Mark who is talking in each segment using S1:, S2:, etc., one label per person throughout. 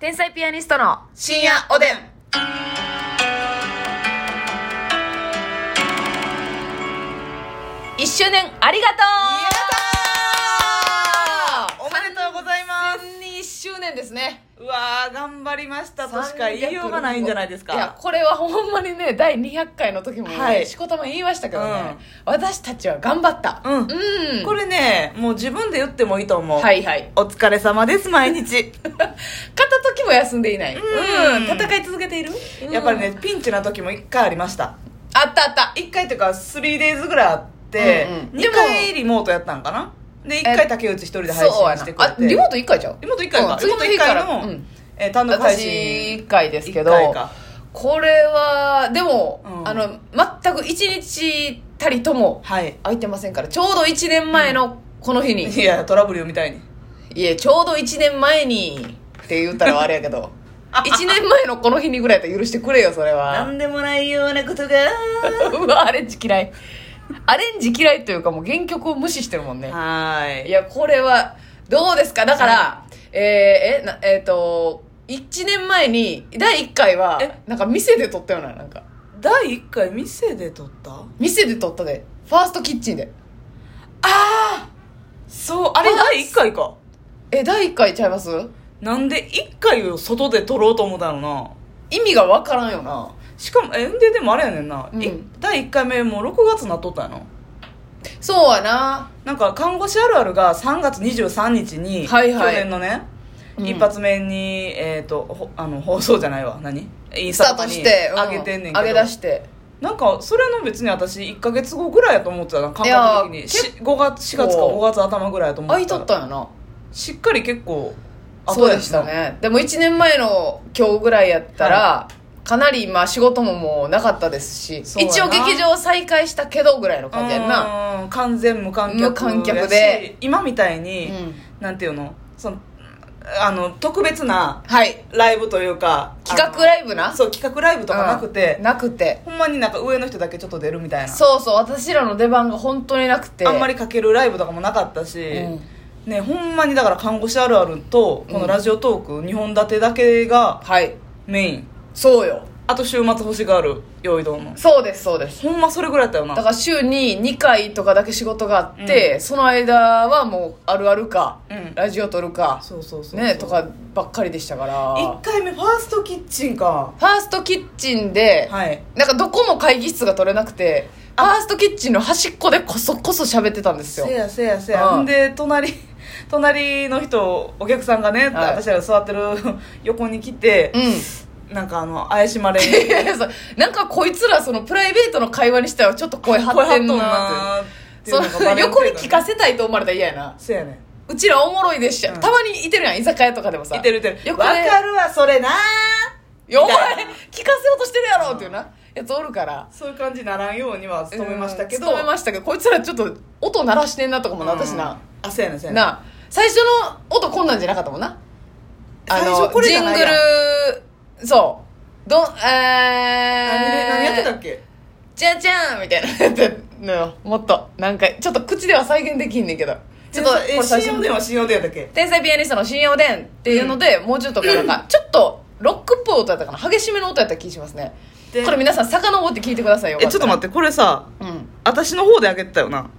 S1: 天才ピアニストの
S2: 深夜おでん
S1: 1周年ありがと
S2: おめでとうございます
S1: うに1周年ですね
S2: うわー頑張りましたとしか言いようがないんじゃないですか
S1: いやこれはほんまにね第200回の時もね、
S2: はい
S1: しこたま言いましたけどね、
S2: うん
S1: 私たちは頑張った
S2: うん
S1: うん
S2: これねもう自分で言ってもいいと思う、
S1: はいはい
S2: お疲れ様です毎日
S1: 片時も休んでいない、
S2: うん
S1: 戦い続けている、
S2: やっぱりねピンチな時も1回ありました
S1: あったあった
S2: 1回というか 3days ぐらいあって、
S1: うんうん
S2: 2回リモートやったんかなで1回竹内一人で配信してくれ
S1: あ
S2: て
S1: リモート1回じゃん
S2: リモート1回か、
S1: うん
S2: リモート
S1: 次の日
S2: 1回の、
S1: からうん
S2: えー単独配
S1: 私
S2: 信
S1: 1回ですけど
S2: 一回か
S1: これはでも、
S2: うん
S1: あの全く1日たりとも
S2: はい
S1: 空いてませんからちょうど1年前のこの日に、
S2: いやトラブルよみたいに
S1: いやちょうど1年前にって言ったらあれやけ ど1年前のこの日にぐらいやったら許してくれよそれは
S2: 何でもないようなことが
S1: うわアレンジ嫌いアレンジ嫌いというかもう原曲を無視してるもんね
S2: はいい
S1: やこれはどうですかだからえー、えなえっ、と1年前に第1回は
S2: え
S1: なんか店で撮ったようななんか
S2: 第1回店で撮った
S1: 店で撮ったでファーストキッチンで
S2: ああそうあれ
S1: あ
S2: 第1回か
S1: え第1回ちゃいます
S2: なんで1回を外で撮ろうと思ったのな
S1: 意味がわからんよな
S2: しかもえででもあれやねんな、
S1: うん
S2: い第1回目もう6月になっとったの
S1: そうやな
S2: なんか看護師あるあるが3月23日に、
S1: はいはい
S2: 去年のね、
S1: うん
S2: 一発目に、えー、とほあの放送じゃないわ何イン
S1: ス
S2: ス
S1: タ
S2: タ
S1: ー
S2: と
S1: ト
S2: かに
S1: してうん
S2: 上げてんねんけど、
S1: 上げ出して
S2: なんかそれの別に私1か月後ぐらいやと思ってたな感覚的
S1: いや
S2: にし5月4月か5月頭ぐらいやと思って
S1: 空いとったんやな
S2: しっかり結構
S1: そうでしたねでも1年前の今日ぐらいやったら、かなりまあ仕事ももうなかったですし
S2: そうやな
S1: 一応劇場再開したけどぐらいの感じやんな
S2: な完全無観客やし
S1: 無観客で
S2: 今みたいうに、
S1: ん
S2: なんていうのそのあの特別な
S1: はい
S2: ライブというか
S1: 企画ライブ
S2: あ
S1: な
S2: のそう企画ライブとかなくて
S1: うん、なくて
S2: ほんまになんか上の人だけちょっと出るみたいな
S1: そうそう私らの出番が本当になくて
S2: あんまりかけるライブとかもなかったし、
S1: うん
S2: ねほんまにだから看護師あるあるとこのラジオトーク2本立てだけが
S1: はい
S2: メイン、
S1: そうよ
S2: あと週末星がある用意どんの
S1: そうですそうです
S2: ほんまそれぐらいだったよ
S1: だか
S2: な
S1: ら週に2回とかだけ仕事があって、その間はもうあるあるか、
S2: うん
S1: ラジオ撮るか
S2: そうそうそうそう
S1: ねとかばっかりでしたから
S2: 1回目ファーストキッチンか
S1: ファーストキッチンで、
S2: はい
S1: なんかどこも会議室が取れなくてファーストキッチンの端っこでこそこそ喋ってたんですよ
S2: せやせやせや
S1: うん
S2: ほんで隣 隣の人お客さんがね、
S1: はい
S2: 私らが座ってる 横に来て
S1: う、ん
S2: なんかあの怪しま れ
S1: いやいやそうなんかこいつらそのプライベートの会話にしたらちょっと声張ってんなって
S2: 声張っとんなーっていうのが
S1: その
S2: バレる
S1: 横に聞か
S2: せ
S1: せたいと思われたら嫌やな
S2: せやね
S1: うちらおもろいですし、
S2: ん
S1: たまにいてるやん居酒屋とかでもさ
S2: いてるいてる
S1: 横
S2: わ
S1: で
S2: かるわそれなー
S1: いやお前
S2: みたい
S1: 聞
S2: な
S1: かせようとしてるやろっていうなやつおるから
S2: そういう感じにならんようには努めましたけど、
S1: うん努めましたけどこいつらちょっと音鳴らしてんなとかもな
S2: うん
S1: 私な、
S2: あせやねせやね
S1: な最初の音こんなんじゃなかったもんなあ
S2: 最初これじゃない
S1: ジ
S2: や
S1: ン
S2: ん
S1: グルそうどんえー、
S2: 何で何やってた
S1: た
S2: っけ
S1: じゃじゃんみたいな やってんのよもっとなんかちょっと口では再現できんねんけどちょっと
S2: え
S1: これ最初
S2: 信用電話信用電話だっけ
S1: 天才ピアニストの深夜おでんっていうので、もうちょっとこうなん かちょっとロックっぽい音やったかな激しめの音やった気がしますね
S2: で
S1: これ皆さん遡って聞いてくださいよ
S2: えちょっと待ってこれさ
S1: ってうん
S2: 私の方であげてたよな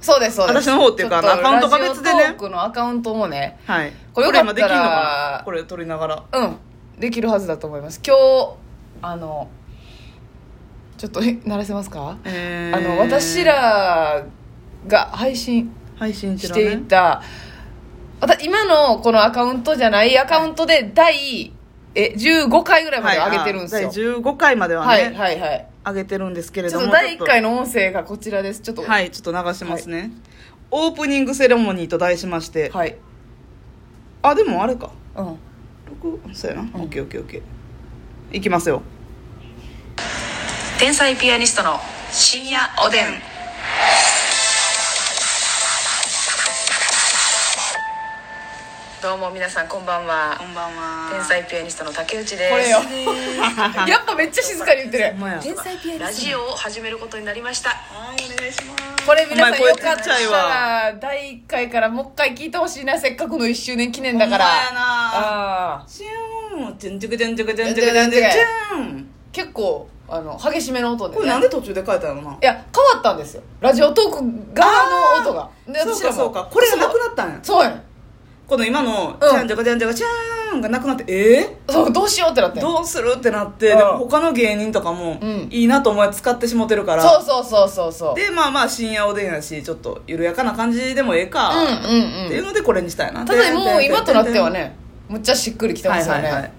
S1: そうですそうです
S2: 私の方っていうか
S1: ちょっと
S2: アカウントが別
S1: ラ
S2: でね
S1: ジオトークのアカウントもね
S2: はい
S1: これよかったら
S2: 今できるのかなこれ撮りながら
S1: うんできるはずだと思います今日あのちょっとえ 鳴らせますか、
S2: え
S1: あの私らが配信
S2: 配信
S1: し
S2: してて
S1: い
S2: い
S1: た、また今のこのアカウントじゃないアカウントで第え15回ぐらいまで上げてるんですよ、
S2: 第15回までは
S1: は
S2: ね、
S1: い、はいはい
S2: 上げてるんですけれ
S1: ち
S2: ど
S1: ょっ
S2: も
S1: と第1回の音声がこちらですちょっと、
S2: はいいちょっと流しますね、オープニングセレモニーと題しまして、
S1: はい
S2: あでもあれか
S1: うん、
S2: 6そうやな、オッケーオッケーオッケーいきますよ
S1: 天才ピアニストの深夜おでんどうも皆さんこんばんは
S2: んばんは
S1: 天才ピアニストの竹内です
S2: これよ
S1: やっぱめっちゃ静かに言ってる
S2: ほんまや
S1: 天才ピアニストラジオを始めることになりました
S2: はいお願いします
S1: これ皆さん
S2: お前
S1: よ
S2: 声
S1: かっ
S2: ちったちゃいわ
S1: ら第1回からもう一回聞いてほしいなせっかくの1周年記念だから
S2: ほんまやな
S1: ああ
S2: 深ンチュンチュクチュンチュクチュンチュクチュンチュクチュン
S1: 結構あの激しめの音で、
S2: これ
S1: ね、
S2: なんで途中で変えたのない
S1: や変わったんですよラジオトーク側の音がで
S2: そう
S1: 私ら
S2: か
S1: も
S2: そうかこれがなくなったんや
S1: そうやねん
S2: この今の「
S1: うん
S2: チャンチャカチャンチャカチャーン」がなくなってえ
S1: そうどうしようってなって
S2: ー、
S1: ん
S2: どうするってなって、
S1: うん
S2: でも他の芸人とかも
S1: うん
S2: いいなと思い使ってしもてるから、
S1: そうそうそうそうそう
S2: でまあまあ深夜おでんやしちょっと緩やかな感じでもええか、
S1: うん
S2: っ
S1: うん
S2: て
S1: う
S2: い
S1: ん
S2: うのでこれにしたいな
S1: ただもう今となってはねむっちゃしっくりきて
S2: は
S1: ま
S2: い
S1: すよ
S2: は
S1: ね、
S2: いはい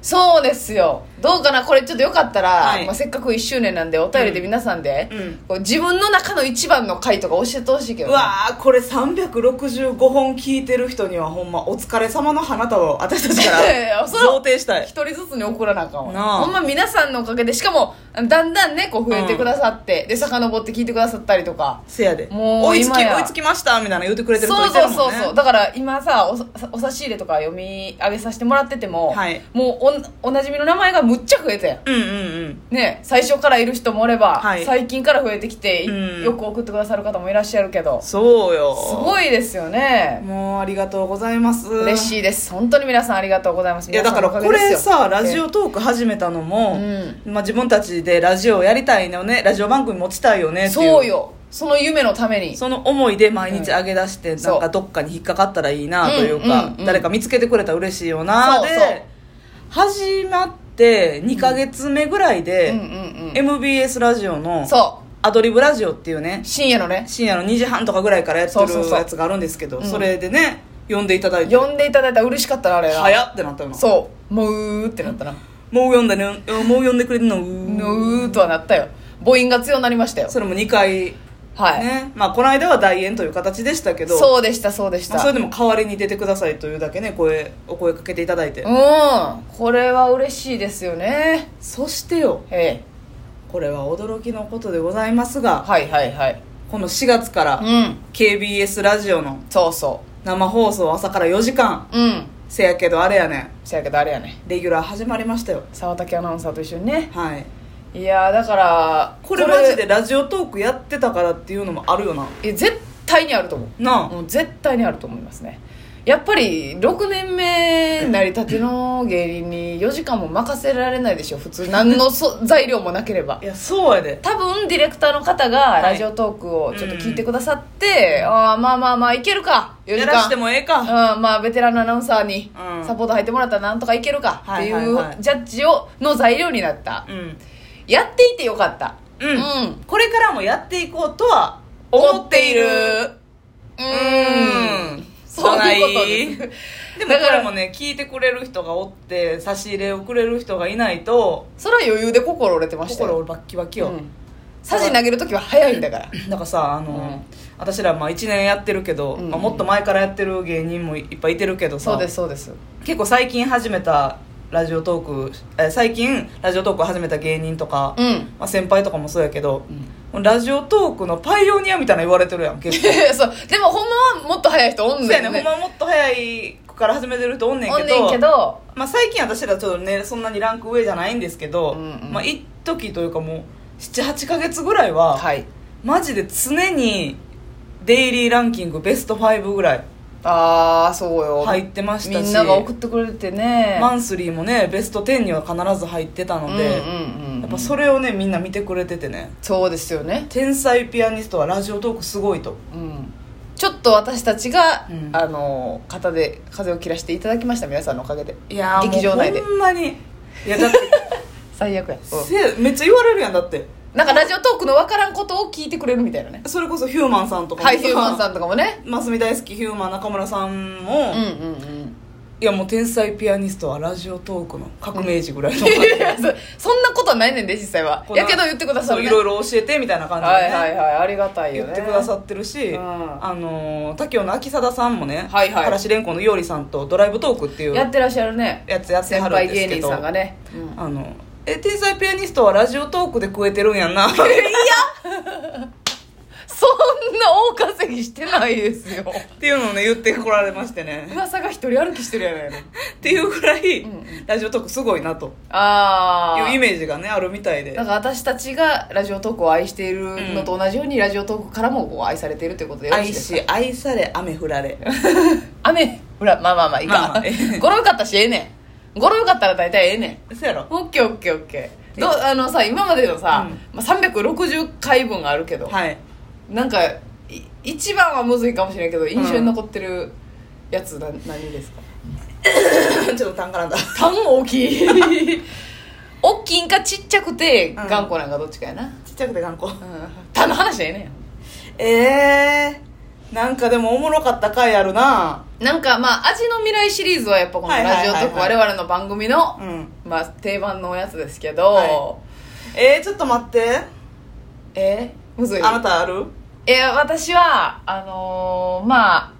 S1: そうですよどうかなこれちょっとよかったら、
S2: はい
S1: まあ、せっかく1周年なんでお便りで皆さんで、
S2: うん
S1: こう自分の中の一番の回とか教えてほしいけど
S2: う
S1: ね、
S2: わーこれ365本聞いてる人にはほんまお疲れ様の花束を私たちか
S1: いやいや
S2: ら
S1: それは
S2: 贈呈したい
S1: 一人ずつに送らなあかんわ
S2: なあ
S1: ほんま皆さんのおかげでしかもあのだんだんねこう増えてくださって、で遡って聞いてくださったりとか
S2: せやで
S1: もう
S2: 追いつ
S1: 今
S2: き
S1: や
S2: 追いつきましたみたいな言ってくれてる
S1: そ
S2: 人
S1: う
S2: いて
S1: そ
S2: る
S1: う
S2: も
S1: そ
S2: ん
S1: う
S2: ね
S1: そうだから今さおさお差し入れとか読み上げさせてもらってても、
S2: はい
S1: もうおおなじみの名前がむっちゃ増えたやん
S2: うんうんうん
S1: ね最初からいる人もおれば、
S2: はい
S1: 最近から増えてきて、
S2: うん
S1: よく送ってくださる方もいらっしゃるけどす
S2: そうよ
S1: ごいですよね
S2: もうありがとうございます
S1: 嬉しいです本当に皆さんありがとうございます
S2: いやだからこれさラジオトーク始めたのも、
S1: う
S2: まあ、自分たちでラジオやりたいのねラジオ番組持ちたいよねっていう
S1: そうよその夢のために
S2: その思いで毎日上げ出して、
S1: ん
S2: なんかどっかに引っかかったらいいなというか、
S1: うんうんうん
S2: 誰か見つけてくれたら嬉しいよな
S1: そう
S2: で始まって2ヶ月目ぐらいで、
S1: うんうんう
S2: MBS ラジオの
S1: んそ
S2: アドリブラジオっていうね
S1: う深夜のね
S2: 深夜の2時半とかぐらいからやって
S1: そうそう
S2: る
S1: そう
S2: やつがあるんですけど
S1: うん
S2: それでね呼んでいただいて
S1: 呼んでいただいたら嬉しかったなあれな
S2: 早ってなったの
S1: そうもうーってなったな
S2: もう呼んだねもう呼んでくれるのうー
S1: ぬーっとはなったよ母音が強になりましたよ
S2: それも2回、
S1: はい、
S2: ねまあこの間は代演という形でしたけど
S1: そうでしたそうでし
S2: まあ
S1: た
S2: それでも代わりに出てくださいというだけね声お声かけていただいて、
S1: うんこれは嬉しいですよね
S2: そしてよ
S1: ええ
S2: これは驚きのことでございますが、
S1: はいはいはい
S2: この4月から
S1: うん
S2: KBS ラジオの
S1: そうそ
S2: 生放送朝から4時間
S1: ううん
S2: せやけどあれやねん
S1: せやけどあれやね
S2: レギュラー始まりましたよ
S1: 沢竹アナウンサーと一緒にね
S2: はい
S1: いやーだから
S2: これマジでラジオトークやってたからっていうのもあるよな
S1: え絶対にあると思う
S2: なあ
S1: もう絶対にあると思いますねやっぱり6年目なりたての芸人に4時間も任せられないでしょ普通何のそ材料もなければ
S2: いやそうやで
S1: 多分ディレクターの方が
S2: はい
S1: ラジオトークをちょっと聞いてくださって、ああまあまあまあいけるか4時
S2: や
S1: 間
S2: らしてもええか
S1: うん、まあベテランのアナウンサーに
S2: うん
S1: サポート入ってもらったらなんとかいけるかってい
S2: はいは
S1: う
S2: いはい
S1: ジャッジをの材料になった
S2: うん
S1: やっていてよかった
S2: うん
S1: うん
S2: これからもやっていこうとは
S1: 思
S2: 思
S1: っ
S2: ってて
S1: い
S2: い
S1: る
S2: る
S1: う
S2: う
S1: ーんそういうことです
S2: すでも
S1: だから
S2: これもね聞いてくれる人がおって差し入れをくれる人がいないと
S1: それは余裕で心折れてましたよ
S2: 心バッキバキよ、
S1: うんサジ投げる時は早いんだから
S2: なんかさあの、
S1: うん
S2: 私らまあ1年やってるけど、
S1: うんうん
S2: まあ、もっと前からやってる芸人もいっぱいいてるけどさ
S1: そうですそうです
S2: 結構最近始めたラジオトーク、えー最近ラジオトークを始めた芸人とか、
S1: うん、
S2: まあ、先輩とかもそうやけど、ラジオトークのパイオニアみたいな言われてるやん結構
S1: そうでもほんまはもっと早い人おん
S2: そう
S1: ね
S2: や
S1: ん
S2: ね
S1: ね
S2: ほんまはもっと早い子から始めてる人おんねん
S1: お
S2: け
S1: んね
S2: ど
S1: んけど
S2: まあ、最近私らちょっとねそんなにランク上じゃないんですけど、
S1: うんうん
S2: まあ一時というかもう78か月ぐらいは、
S1: はい
S2: マジで常にデイリーランキングベスト5ぐらい
S1: ああそうよ
S2: 入ってましたし
S1: みんなが送ってくれてね
S2: マンスリーもねベスト10には必ず入ってたので、
S1: うんうんうん、
S2: やっぱそれをねみんな見てくれててね
S1: そうですよね、
S2: 天才ピアニストはラジオトークすごいと
S1: うん、ちょっと私たちが、
S2: うん
S1: あの肩で風を切らしていただきました皆さんのおかげで
S2: いやー
S1: 劇場内で
S2: もうほんまにいやだって
S1: 最悪や、うん
S2: せめっちゃ言われるやんだって
S1: なんかラジオトークの分からんことを聞いてくれるみたいなね
S2: それこそヒューマンさんとかも
S1: ハイヒューマンさんとかもね
S2: マスミ大好きヒューマン中村さんも、
S1: うんうんうん
S2: いやもう天才ピアニストはラジオトークの革命児ぐらいの、
S1: いやそそんなことはないねんで実際は
S2: こんな
S1: やけど言ってくださ
S2: そう
S1: る、
S2: い
S1: ね、
S2: ろいろ教えてみたいな感じで、ね
S1: はいはいはいありがたいよ
S2: 言
S1: ね
S2: ってくださ
S1: っ
S2: ってるし、
S1: うん
S2: あのー竹雄の秋貞さんもね、
S1: はいはい
S2: からしれんこのいおりさんとドライブトークっていう
S1: や
S2: や
S1: ってらっしゃるね
S2: つやって
S1: 先
S2: はる
S1: 輩
S2: んです
S1: 芸
S2: け
S1: 人
S2: ど
S1: さんがね、
S2: あのえ天才ピアニストはラジオトークで食えてるんやんな っ
S1: そんな大稼ぎしてないですよ
S2: ていうのをね言ってこられましてね
S1: 噂が一人歩きしてるやないの
S2: っていうぐらい、
S1: うんう
S2: ラジオトークすごいなと
S1: あ
S2: いうイ
S1: あ
S2: メージがねあるみたいで
S1: なんか私たちがラジオトークを愛しているのと同じように、ラジオトークからもこう愛されているということでよろしい
S2: 愛
S1: ですか
S2: し 愛され雨降ら れ
S1: 雨ほらまあまあまあいいか、
S2: まあまあえ え
S1: これよかったしええねん語呂よかったら大体ええねん
S2: そうやろ
S1: オッケーオッケーオッケーどうあのさ今までのさ、
S2: う
S1: まあ、360回分あるけど、
S2: はい
S1: なんかい一番はむずいかもしれんけど印象に残ってるやつな、何ですか
S2: ちょっと単価なんだ
S1: 単大きい 大きいんかちっちゃくて
S2: うん
S1: 頑固なんかどっちかやな、
S2: ちっちゃくて頑固
S1: うん、単の話でええね
S2: えー、なんかでもおもろかった回あるなん
S1: なんかまあ味の未来シリーズはやっぱこの
S2: はいはい
S1: ラ
S2: はい
S1: ジオ
S2: はい
S1: とか我々の番組の、
S2: うん
S1: まあ、定番のやつですけど、
S2: はえー、ちょっと待って
S1: えむずい
S2: あなたある
S1: えー私はあのーまあ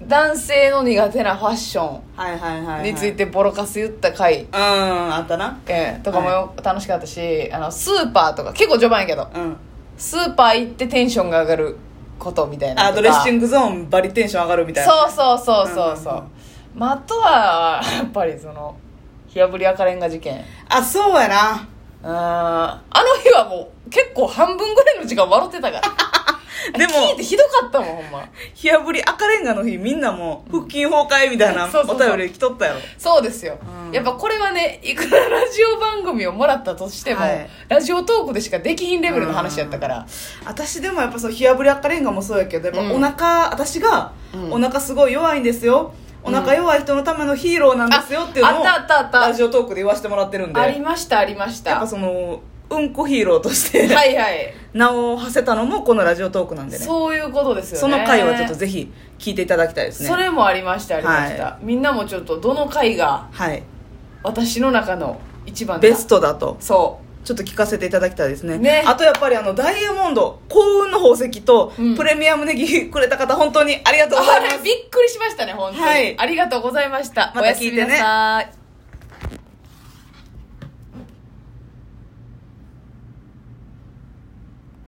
S1: 男性の苦手なファッショ
S2: はいはいはい、は
S1: ン
S2: い、
S1: についてボロカス言った回、
S2: うんあったな
S1: えーとかもよ楽しかったしあのスーパーとか結構序盤やけど
S2: うん
S1: スーパー行ってテンションが上がることみたいな
S2: あドレッシン
S1: グ
S2: グゾーンバリテンション上がるみたいな
S1: そうそうそうそうそう、
S2: うんうん
S1: まあ、あとはやっぱりその火炙り赤レンガ事件
S2: あそうやな
S1: うーんあの日はもう結構半分ぐらいの時間笑ってたから
S2: でも
S1: 聞いてひどかったもんほんま
S2: 火炙り赤レンガの日みんなもう腹筋崩壊みたいな
S1: そうそう
S2: お
S1: そう
S2: 便り来とったやろ
S1: そうですよ、
S2: うん
S1: やっぱこれはねいくらラジオ番組をもらったとしても、
S2: はい
S1: ラジオトークでしかできひんレベルの話やったから、
S2: 私でもやっぱそう火炙り赤レンガもそうやけどやっぱ
S1: うん
S2: お腹、私が
S1: うん
S2: お腹すごい弱いんですよ、
S1: うん
S2: お腹弱い人のためのヒーローなんですよっていうのを
S1: ああったあったあった
S2: ラジオトークで言わせてもらってるんで
S1: ありましたありまし
S2: やったぱ
S1: は
S2: そのうんこヒーローとして、
S1: いはい
S2: 名を馳せたのもこのラジオトークなんでね
S1: そういうことですよね
S2: その回はちょっとぜひ聞いていただきたいですね
S1: それもありましたありました、
S2: は
S1: みんなもちょっとどの回が
S2: はい
S1: 私の中の一番だ
S2: ベストだと
S1: そ
S2: ちょっと聞かせていただきたいですね
S1: ね
S2: あとやっぱりあのダイヤモンド幸運の宝石と
S1: うん
S2: プレミアムネギくれた方本当にありが
S1: う
S2: とうござ
S1: あ
S2: います
S1: れびっくりしましたね本当に、
S2: はい
S1: ありがとうございました
S2: また
S1: おやす
S2: 聞い
S1: み
S2: て
S1: な
S2: ね
S1: さい